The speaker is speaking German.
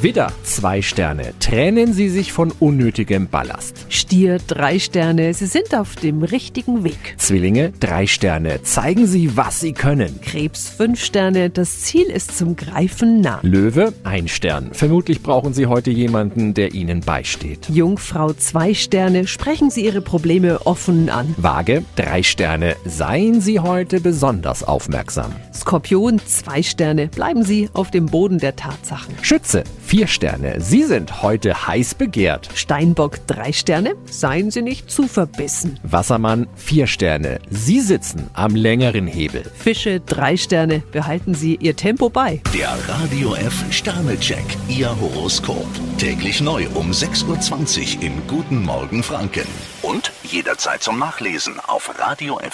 Widder, zwei Sterne. Trennen Sie sich von unnötigem Ballast. Stier, drei Sterne. Sie sind auf dem richtigen Weg. Zwillinge, drei Sterne. Zeigen Sie, was Sie können. Krebs, fünf Sterne. Das Ziel ist zum Greifen nah. Löwe, ein Stern. Vermutlich brauchen Sie heute jemanden, der Ihnen beisteht. Jungfrau, zwei Sterne. Sprechen Sie Ihre Probleme offen an. Waage, drei Sterne. Seien Sie heute besonders aufmerksam. Skorpion, zwei Sterne. Bleiben Sie auf dem Boden der Tatsachen. Schütze, vier Sterne. Sie sind heute heiß begehrt. Steinbock, drei Sterne. Seien Sie nicht zu verbissen. Wassermann, vier Sterne. Sie sitzen am längeren Hebel. Fische, drei Sterne. Behalten Sie Ihr Tempo bei. Der Radio F Sternecheck, Ihr Horoskop. Täglich neu um 6.20 Uhr im Guten Morgen Franken. Und jederzeit zum Nachlesen auf radiof.de.